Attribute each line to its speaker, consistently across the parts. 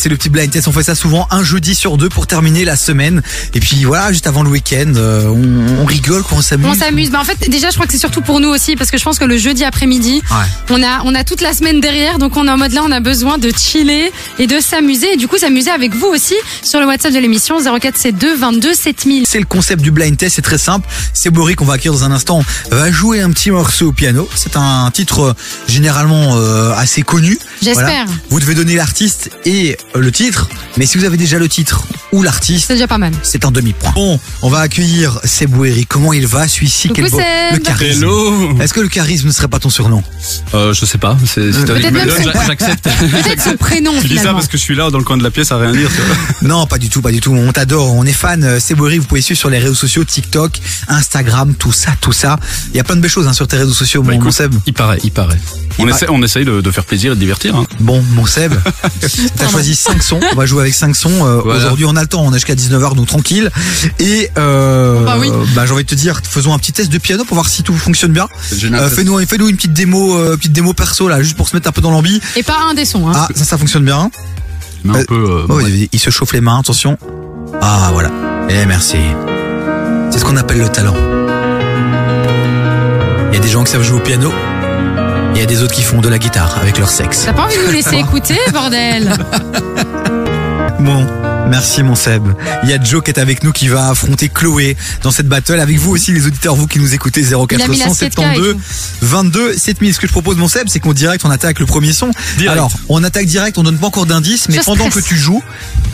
Speaker 1: C'est le petit blind test. On fait ça souvent un jeudi sur deux pour terminer la semaine. Et puis voilà, juste avant le week-end, euh, on, on rigole, quoi, on s'amuse.
Speaker 2: On s'amuse. Bah, en fait, déjà, je crois que c'est surtout pour nous aussi, parce que je pense que le jeudi après-midi,
Speaker 1: Ouais.
Speaker 2: on a, on a toute la semaine derrière, donc on est en mode là, on a besoin de chiller et de s'amuser. Et du coup, s'amuser avec vous aussi sur le WhatsApp de l'émission 0472 22 7000.
Speaker 1: C'est le concept du blind test, c'est très simple. C'est Bory qu'on va accueillir dans un instant. Euh, Va jouer un petit morceau au piano. C'est un titre euh, généralement euh, assez connu.
Speaker 2: J'espère.
Speaker 1: Vous devez donner l'artiste et euh, le titre. Mais si vous avez déjà le titre ou l'artiste,
Speaker 2: C'est déjà pas mal.
Speaker 1: c'est un demi-point. Bon, on va accueillir Seb Boeri. Comment il va, celui-ci
Speaker 2: Coucou,
Speaker 1: Quel beau-
Speaker 2: Seb.
Speaker 1: Le charisme.
Speaker 3: Hello
Speaker 1: Est-ce que le charisme ne serait pas ton surnom
Speaker 3: euh, Je sais pas, c'est c'est un
Speaker 2: Peut-être même
Speaker 3: j'a-
Speaker 2: c'est-
Speaker 3: j'accepte.
Speaker 2: Peut-être son prénom,
Speaker 3: Je dis ça
Speaker 2: finalement.
Speaker 3: parce que je suis là dans le coin de la pièce à rien dire. tu vois.
Speaker 1: Non, pas du tout, pas du tout. On t'adore, on est fan. Euh, C'est Boeri, vous pouvez suivre sur les réseaux sociaux, TikTok, Instagram, tout ça, tout ça. Il y a plein de belles choses hein, sur tes réseaux sociaux, mon,
Speaker 3: Bah, écoute,
Speaker 1: mon Seb.
Speaker 3: Il paraît, il paraît. On,
Speaker 1: Il
Speaker 3: essaie, on essaye de, de faire plaisir et de divertir. hein.
Speaker 1: Bon, mon Seb, t'as choisi 5 sons. On va jouer avec 5 sons. Euh,
Speaker 3: Voilà.
Speaker 1: Aujourd'hui, on a le temps, on est jusqu'à 19h, donc tranquille. Et euh,
Speaker 2: Bah oui.
Speaker 1: bah, j'ai envie de te dire, faisons un petit test de piano pour voir si tout fonctionne bien. Euh, fais-nous, fais-nous une petite démo, euh, petite démo perso là, juste pour se mettre un peu dans l'ambi.
Speaker 2: Et pas un des sons, hein.
Speaker 1: Ah, ça, ça fonctionne bien.
Speaker 3: Mais un peu, euh,
Speaker 1: Oh, il, il se chauffe les mains, attention. Ah, voilà. Eh, merci. C'est ce qu'on appelle le talent. Il y a des gens qui savent jouer au piano. Il y a des autres qui font de la guitare avec leur sexe.
Speaker 2: T'as pas envie de nous laisser écouter, bordel
Speaker 1: Bon, merci mon Seb. Il y a Joe qui est avec nous qui va affronter Chloé dans cette battle. Avec vous aussi les auditeurs, vous qui nous écoutez
Speaker 2: Il a mis la
Speaker 1: 0400
Speaker 2: 7K et
Speaker 1: 72
Speaker 2: tout.
Speaker 1: 22 7000. Ce que je propose mon Seb, c'est qu'on direct on attaque le premier son.
Speaker 3: Direct.
Speaker 1: Alors, on attaque direct, on donne pas encore d'indices, mais
Speaker 2: Je
Speaker 1: pendant
Speaker 2: stresse.
Speaker 1: que tu joues,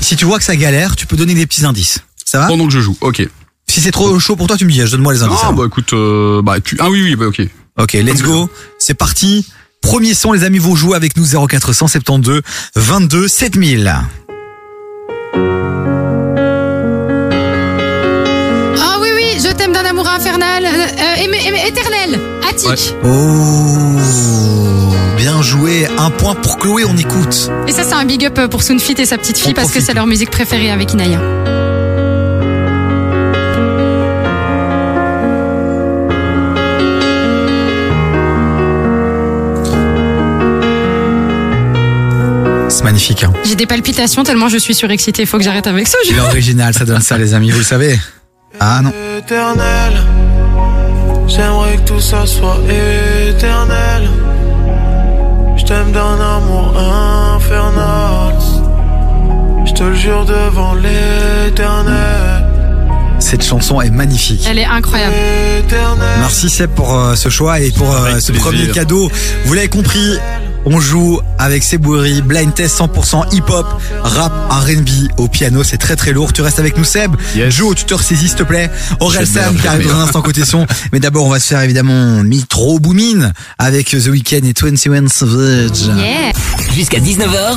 Speaker 1: si tu vois que ça galère, tu peux donner des petits indices. Ça va
Speaker 3: Pendant que je joue, ok.
Speaker 1: Si c'est trop chaud pour toi, tu me dis, donne-moi les indices.
Speaker 3: Ah
Speaker 1: alors.
Speaker 3: bah écoute, euh, bah tu, ah oui oui bah ok.
Speaker 1: Ok, let's go. C'est parti. Premier son, les amis, vous jouez avec nous 0472 22 7000.
Speaker 2: Ah oui, oui, je t'aime d'un amour infernal, euh, euh, aimé- aimé- éternel, attique.
Speaker 1: Oh, bien joué. Un point pour Chloé, on écoute.
Speaker 2: Et ça, c'est un big up pour Soonfit et sa petite fille
Speaker 1: On
Speaker 2: parce que
Speaker 1: profite.
Speaker 2: c'est leur musique préférée avec Inaya.
Speaker 1: C'est magnifique. Hein.
Speaker 2: J'ai des palpitations tellement je suis surexcitée, faut que j'arrête avec ce jeu.
Speaker 1: Il est original, ça donne ça, les amis, vous le savez. Ah non.
Speaker 4: Éternel, j'aimerais que tout ça soit éternel. Je t'aime d'un amour infernal. Je te le jure devant l'éternel.
Speaker 1: Cette chanson est magnifique.
Speaker 2: Elle est incroyable.
Speaker 4: Éternel.
Speaker 1: Merci Seb pour euh, ce choix et pour euh,
Speaker 3: Avec
Speaker 1: ce
Speaker 3: plaisir.
Speaker 1: premier cadeau. Vous l'avez compris, on joue avec Sebouiri, blind test 100% hip-hop, rap, R&B au piano, c'est très très lourd. Tu restes avec nous Seb.
Speaker 3: Yes.
Speaker 1: Joe, tu te ressaisis s'il te plaît. Aurel
Speaker 3: J'aime bien
Speaker 1: Sam qui
Speaker 3: faire
Speaker 1: arrive dans un instant côté son. Mais d'abord, on va se faire évidemment Mitro Boomin avec The Weeknd et 21 Savage.
Speaker 2: Yeah.
Speaker 5: Jusqu'à 19h,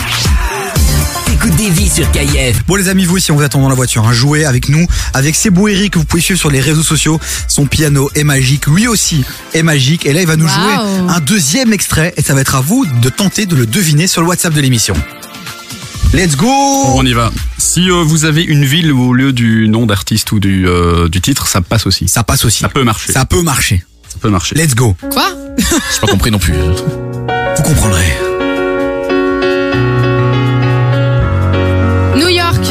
Speaker 5: écoute des vies sur KIF.
Speaker 1: Bon les amis, vous aussi, on vous attend dans la voiture. Hein. Jouez avec nous, avec Sebouiri que vous pouvez suivre sur les réseaux sociaux. Son piano est magique, lui aussi est magique. Et là, il va nous
Speaker 2: Wow.
Speaker 1: jouer un deuxième extrait et ça va être à vous de tenter de le deviner sur le WhatsApp de l'émission. Let's go
Speaker 3: On y va. Si euh, vous avez une ville où au lieu du nom d'artiste ou du euh, du titre, ça passe aussi.
Speaker 1: Ça passe aussi.
Speaker 3: Ça peut marcher.
Speaker 1: Ça peut marcher.
Speaker 3: Ça peut marcher.
Speaker 1: Let's go.
Speaker 2: Quoi
Speaker 3: J'ai pas compris non plus.
Speaker 1: Vous comprendrez.
Speaker 2: New York.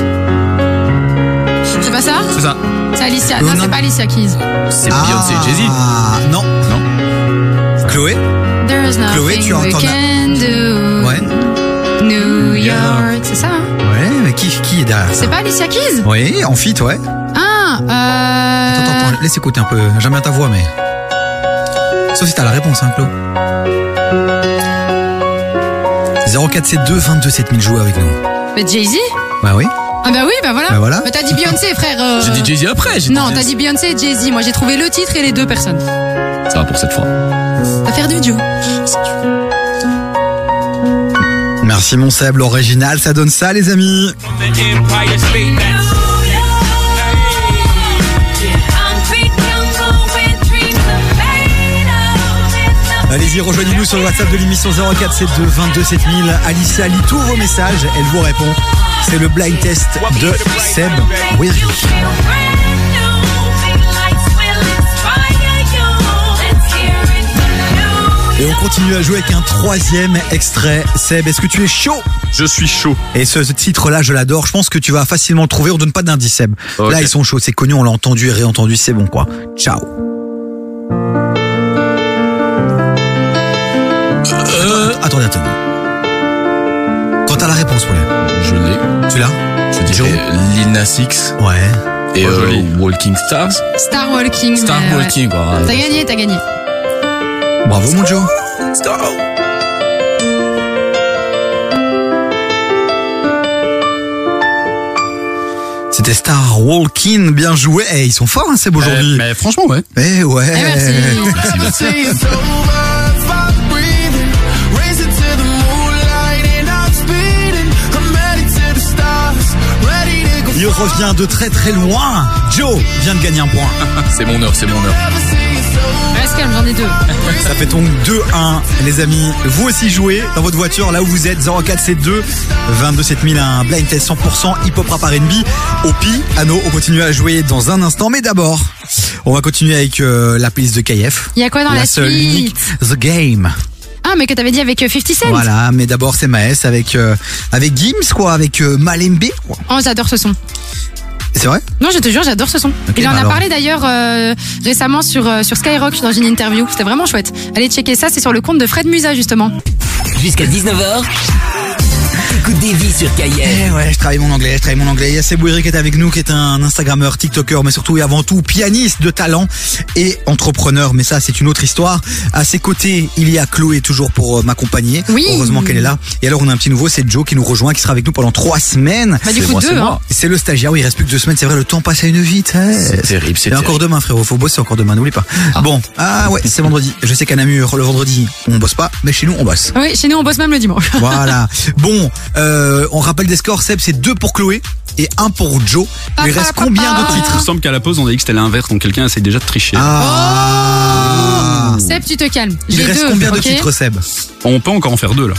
Speaker 2: C'est pas ça
Speaker 3: C'est ça.
Speaker 2: C'est Alicia.
Speaker 1: Euh,
Speaker 2: Non,
Speaker 1: non.
Speaker 2: c'est pas Alicia Keys.
Speaker 5: C'est
Speaker 1: Ah non. Non. Chloé
Speaker 2: There's nothing
Speaker 1: Chloé, tu
Speaker 2: we
Speaker 1: entends la-
Speaker 2: can do.
Speaker 1: Ouais.
Speaker 2: New York. C'est ça, hein
Speaker 1: Ouais, mais qui, qui est derrière ça
Speaker 2: C'est pas Alicia Keys
Speaker 1: Oui, en fit, ouais.
Speaker 2: Ah, euh...
Speaker 1: Attends, attends, attends, laisse écouter un peu. J'aime bien ta voix, mais. Sauf si t'as la réponse, hein, Claude. 0472 22 7000 joueurs avec nous.
Speaker 2: Mais Jay-Z
Speaker 1: Bah oui.
Speaker 2: Ah bah oui, bah voilà.
Speaker 1: Bah voilà.
Speaker 2: Mais t'as dit Beyoncé, frère. euh.
Speaker 5: Jay-Z après, j'ai
Speaker 2: Non, t'as dit Beyoncé et Jay-Z. Moi, j'ai trouvé le titre et les deux personnes.
Speaker 5: Ça va pour cette fois.
Speaker 2: T'as faire du duo.
Speaker 1: Merci mon Seb, l'original, ça donne ça les amis. Allez-y, rejoignez-nous sur le WhatsApp de l'émission 0472 22 7000. Alicia lit tous vos messages, elle vous répond. C'est le blind test de Seb Weary. Et on continue à jouer avec un troisième extrait. Seb, est-ce que tu es chaud
Speaker 3: Je suis chaud.
Speaker 1: Et ce, ce titre-là, je l'adore. Je pense que tu vas facilement le trouver. On donne pas d'indice, Seb.
Speaker 3: Ok.
Speaker 1: Là, ils sont chauds. C'est connu, on l'a entendu et réentendu. C'est bon, quoi. Ciao. Euh, Attendez, attendez. Quand t'as la réponse, ouais.
Speaker 6: Je l'ai.
Speaker 1: Tu l'as
Speaker 6: Je dirais Lil Nas X
Speaker 1: Ouais.
Speaker 6: et
Speaker 3: Oh,
Speaker 6: euh,
Speaker 3: joli.
Speaker 6: Walking Stars.
Speaker 2: Star Walking.
Speaker 6: Star
Speaker 2: mais ouais.
Speaker 6: Walking, quoi.
Speaker 2: T'as gagné, t'as gagné.
Speaker 1: Bravo, mon Joe. C'était Star Walking, bien joué. Eh, ils sont forts, hein, Seb, aujourd'hui.
Speaker 3: Euh, mais franchement, ouais.
Speaker 1: Eh ouais.
Speaker 2: Eh, merci.
Speaker 4: It's over, fuck breathing. Racing to the moonlight and I'm speeding. I'm headed to the stars, ready to go.
Speaker 1: Il revient de très très loin. Joe vient de gagner un point.
Speaker 6: C'est mon heure, c'est mon heure.
Speaker 4: Never see it so
Speaker 2: Pascal, j'en ai deux.
Speaker 1: Ça fait donc 2-1, les amis. Vous aussi jouez dans votre voiture, là où vous êtes, 0472 22 7000, un blind test 100% hip-hop rap R&B. Au pi, Ano, on continue à jouer dans un instant. Mais d'abord, on va continuer avec euh, la playlist de KF.
Speaker 2: Il y a quoi dans Ah, la,
Speaker 1: la seule,
Speaker 2: suite
Speaker 1: unique, The Game.
Speaker 2: Ah, mais que t'avais dit avec euh, 50 Cent.
Speaker 1: Voilà, mais d'abord c'est Maes avec, euh, avec Gims, quoi, avec euh, Malembe. quoi.
Speaker 2: Oh, j'adore ce son.
Speaker 1: C'est vrai
Speaker 2: Non, je te jure, j'adore ce son. Il en
Speaker 1: bah
Speaker 2: a
Speaker 1: alors.
Speaker 2: parlé d'ailleurs euh, récemment sur, euh, sur Skyrock dans une interview. C'était vraiment chouette. Allez checker ça, c'est sur le compte de Fred Musa justement.
Speaker 5: Jusqu'à 19h, écoute des vies sur Cayenne.
Speaker 1: Eh ouais, je travaille mon anglais, je travaille mon anglais. Il y a Seb Bouiri qui est avec nous, qui est un Instagrammeur, TikToker, mais surtout et avant tout pianiste de talent et entrepreneur. Mais ça, c'est une autre histoire. À ses côtés, il y a Chloé toujours pour euh, m'accompagner.
Speaker 2: Oui.
Speaker 1: Heureusement qu'elle est là. Et alors, on a un petit nouveau, c'est Joe qui nous rejoint, qui sera avec nous pendant trois semaines.
Speaker 2: Bah, du
Speaker 6: C'est
Speaker 2: coup,
Speaker 6: moi,
Speaker 2: deux.
Speaker 6: c'est
Speaker 2: hein.
Speaker 6: moi.
Speaker 1: C'est le stagiaire, oui, il reste plus que deux semaines, c'est vrai, le temps passe à une vitesse.
Speaker 6: C'est terrible, c'est
Speaker 1: Et encore
Speaker 6: terrible.
Speaker 1: demain, frérot, faut bosser encore demain, n'oublie pas. Bon, ah ouais, c'est vendredi. Je sais qu'à Namur, le vendredi, on bosse pas, mais chez nous, on bosse.
Speaker 2: Oui, chez nous, on bosse même le dimanche.
Speaker 1: Voilà. Bon, euh, on rappelle des scores, Seb, c'est 2 pour Chloé et 1 pour Joe.
Speaker 2: Pa,
Speaker 1: Il
Speaker 2: pa,
Speaker 1: reste
Speaker 2: pa,
Speaker 1: combien
Speaker 2: pa. Oh
Speaker 1: de
Speaker 3: Il me
Speaker 1: titres
Speaker 3: semble qu'à la pause, on a dit que c'était l'inverse, donc quelqu'un essaie déjà de tricher.
Speaker 1: Ah
Speaker 2: Seb, tu te calmes.
Speaker 1: Il
Speaker 2: J'ai
Speaker 1: reste
Speaker 2: deux.
Speaker 1: combien de
Speaker 2: ok
Speaker 1: titres, Seb
Speaker 3: On peut encore en faire deux, là.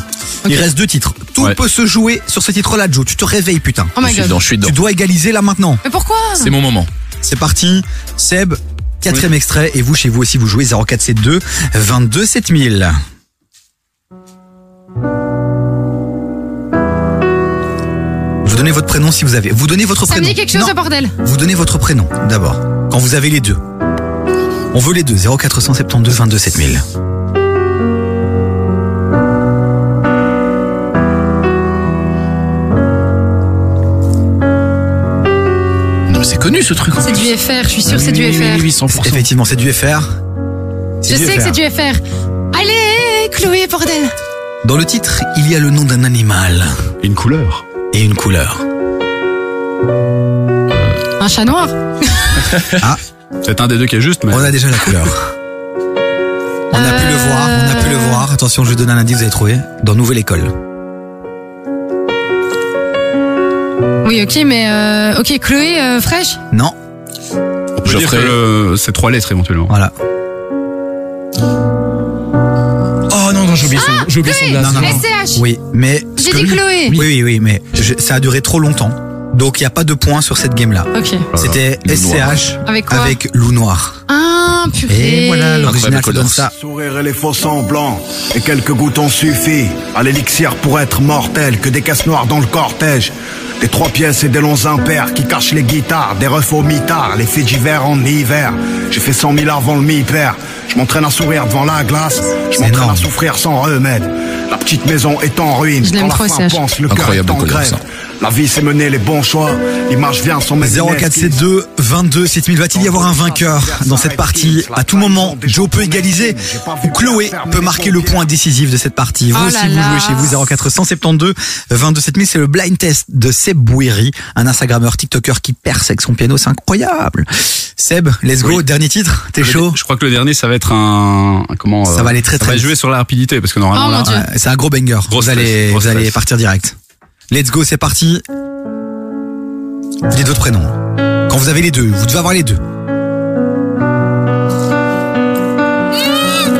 Speaker 1: Il reste deux titres. Tout
Speaker 3: Ouais.
Speaker 1: peut se jouer sur ce titre-là, Joe. Tu te réveilles, putain.
Speaker 2: Oh
Speaker 6: Je
Speaker 2: my
Speaker 6: suis
Speaker 2: god.
Speaker 6: dedans, je suis
Speaker 1: Tu
Speaker 6: dedans.
Speaker 1: dois égaliser là maintenant.
Speaker 2: Mais pourquoi
Speaker 6: C'est mon moment.
Speaker 1: C'est parti. Seb, quatrième extrait. Et vous, chez vous aussi, vous jouez 0472 22 7000. Vous donnez votre prénom si vous avez. Vous donnez votre
Speaker 2: Ça me
Speaker 1: prénom.
Speaker 2: dit quelque chose,
Speaker 1: Non.
Speaker 2: ce bordel.
Speaker 1: Vous donnez votre prénom d'abord, quand vous avez les deux. On veut les deux, 0472 22 7000.
Speaker 6: Non, mais c'est connu ce truc. en
Speaker 2: C'est
Speaker 6: plus.
Speaker 2: du FR, je suis sûr c'est du
Speaker 6: Oui, oui,
Speaker 2: FR.
Speaker 6: oui, 100%.
Speaker 1: Effectivement, c'est du FR.
Speaker 2: Je sais que c'est du FR. Allez, Chloé, bordel.
Speaker 1: Dans le titre, il y a le nom d'un animal
Speaker 3: Une couleur.
Speaker 1: et une couleur.
Speaker 2: Un chat noir.
Speaker 3: C'est un des deux qui est juste, mais.
Speaker 1: On a déjà la couleur. On a pu le
Speaker 2: Euh.
Speaker 1: voir, on a pu le voir. Attention, je vais donner un indice, vous allez trouver. Dans Nouvelle École.
Speaker 2: Oui, ok, mais euh, ok, Chloé euh, fraîche.
Speaker 1: Non,
Speaker 3: On peut
Speaker 6: Je
Speaker 3: dire
Speaker 6: ferai-
Speaker 3: que le- c'est trois lettres éventuellement.
Speaker 1: voilà.
Speaker 6: Oh non, non, j'ai oublié son, j'ai oublié son blaze.
Speaker 1: Non, non, non.
Speaker 2: SCH.
Speaker 1: Oui, mais. ce
Speaker 2: Ah. J'ai
Speaker 1: que
Speaker 2: dit
Speaker 1: lui-
Speaker 2: Chloé.
Speaker 1: Oui, oui, oui, mais je- ça a duré trop longtemps. Donc il n'y a pas de points sur cette game-là.
Speaker 2: Ok.
Speaker 1: C'était
Speaker 6: Loup noir.
Speaker 1: SCH
Speaker 2: Avec quoi
Speaker 1: avec Loup Noir.
Speaker 2: Ah, purée.
Speaker 1: Et voilà, l'original
Speaker 6: Incroyable
Speaker 1: ça
Speaker 6: couleur.
Speaker 1: donne ça.
Speaker 7: Sourire et les faux semblants, et quelques gouttes ont suffi à l'élixir pour être mortel, que des caisses noires dans le cortège, des trois pièces et des longs impairs qui cachent les guitares, des refs au mitard, les faits d'hiver en hiver. J'ai fait cent mille avant le mi-hiver, je m'entraîne à sourire devant la glace, je m'entraîne
Speaker 1: énorme.
Speaker 7: à souffrir sans remède. La petite maison est en ruine,
Speaker 2: Je l'aime
Speaker 7: quand la
Speaker 2: trop,
Speaker 7: faim
Speaker 2: SH.
Speaker 7: pense, le cœur est
Speaker 6: Incroyable
Speaker 7: en
Speaker 6: couleur,
Speaker 7: grève.
Speaker 6: ça.
Speaker 7: La vie c'est mener les bons choix, l'image vient sans mes lunettes qui-
Speaker 1: 0472 22 7000 va-t-il y avoir un vainqueur dans cette partie à tout moment Joe peut égaliser ou Chloé peut marquer le point décisif de cette partie vous
Speaker 2: Oh
Speaker 1: aussi
Speaker 2: là
Speaker 1: vous
Speaker 2: là.
Speaker 1: jouez chez vous 0472 22 7000 c'est le blind test de Seb Bouiri un instagrammeur tiktoker qui perce avec son piano c'est incroyable Seb let's go
Speaker 3: Oui.
Speaker 1: dernier titre t'es
Speaker 3: Le-
Speaker 1: chaud
Speaker 3: Je crois que le dernier, ça va être un. un- Comment euh,
Speaker 1: Ça va aller très, très
Speaker 3: Ça va
Speaker 1: vite.
Speaker 3: jouer sur la rapidité, parce que normalement.
Speaker 2: Oh, mon
Speaker 3: là-
Speaker 2: Dieu.
Speaker 1: Ouais, Euh, c'est un gros banger
Speaker 3: Gros
Speaker 1: vous
Speaker 3: stress,
Speaker 1: allez
Speaker 3: gros
Speaker 1: vous allez
Speaker 3: stress.
Speaker 1: partir direct let's go c'est parti vous dites votre prénom quand vous avez les deux vous devez avoir les deux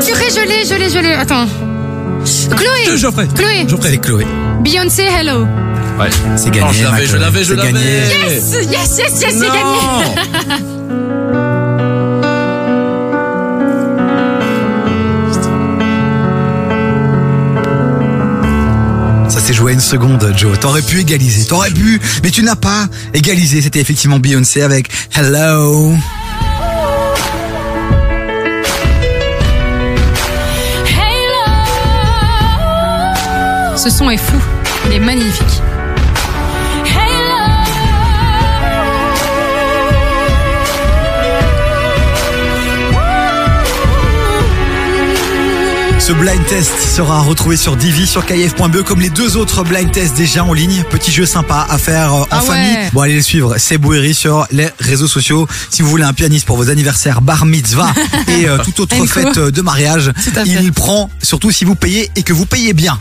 Speaker 2: Purée, je l'ai, je l'ai, je l'ai. Attends. Chloé.
Speaker 6: Geoffrey.
Speaker 2: Chloé.
Speaker 1: c'est Chloé
Speaker 2: Beyoncé, hello.
Speaker 3: Ouais.
Speaker 1: C'est gagné.
Speaker 6: Oh, je l'avais,
Speaker 1: Michael.
Speaker 6: je l'avais, je
Speaker 1: C'est
Speaker 6: l'avais.
Speaker 1: gagné.
Speaker 2: Yes, yes, yes, yes, c'est gagné.
Speaker 1: t'es joué à une seconde, Joe. T'aurais pu égaliser, t'aurais pu, mais tu n'as pas égalisé. C'était effectivement Beyoncé avec Hello.
Speaker 2: Ce son est fou. Il est magnifique.
Speaker 1: Ce blind test sera retrouvé sur Divi, sur KF.be, comme les deux autres blind tests déjà en ligne. Petit jeu sympa à faire euh, en
Speaker 2: Ah ouais.
Speaker 1: famille. Bon, allez le suivre, c'est Bouhiri sur les réseaux sociaux. Si vous voulez un pianiste pour vos anniversaires, bar mitzvah et euh, toute autre
Speaker 2: Enco.
Speaker 1: fête euh, de mariage,
Speaker 2: Tout à fait.
Speaker 1: il prend, surtout si vous payez et que vous payez bien.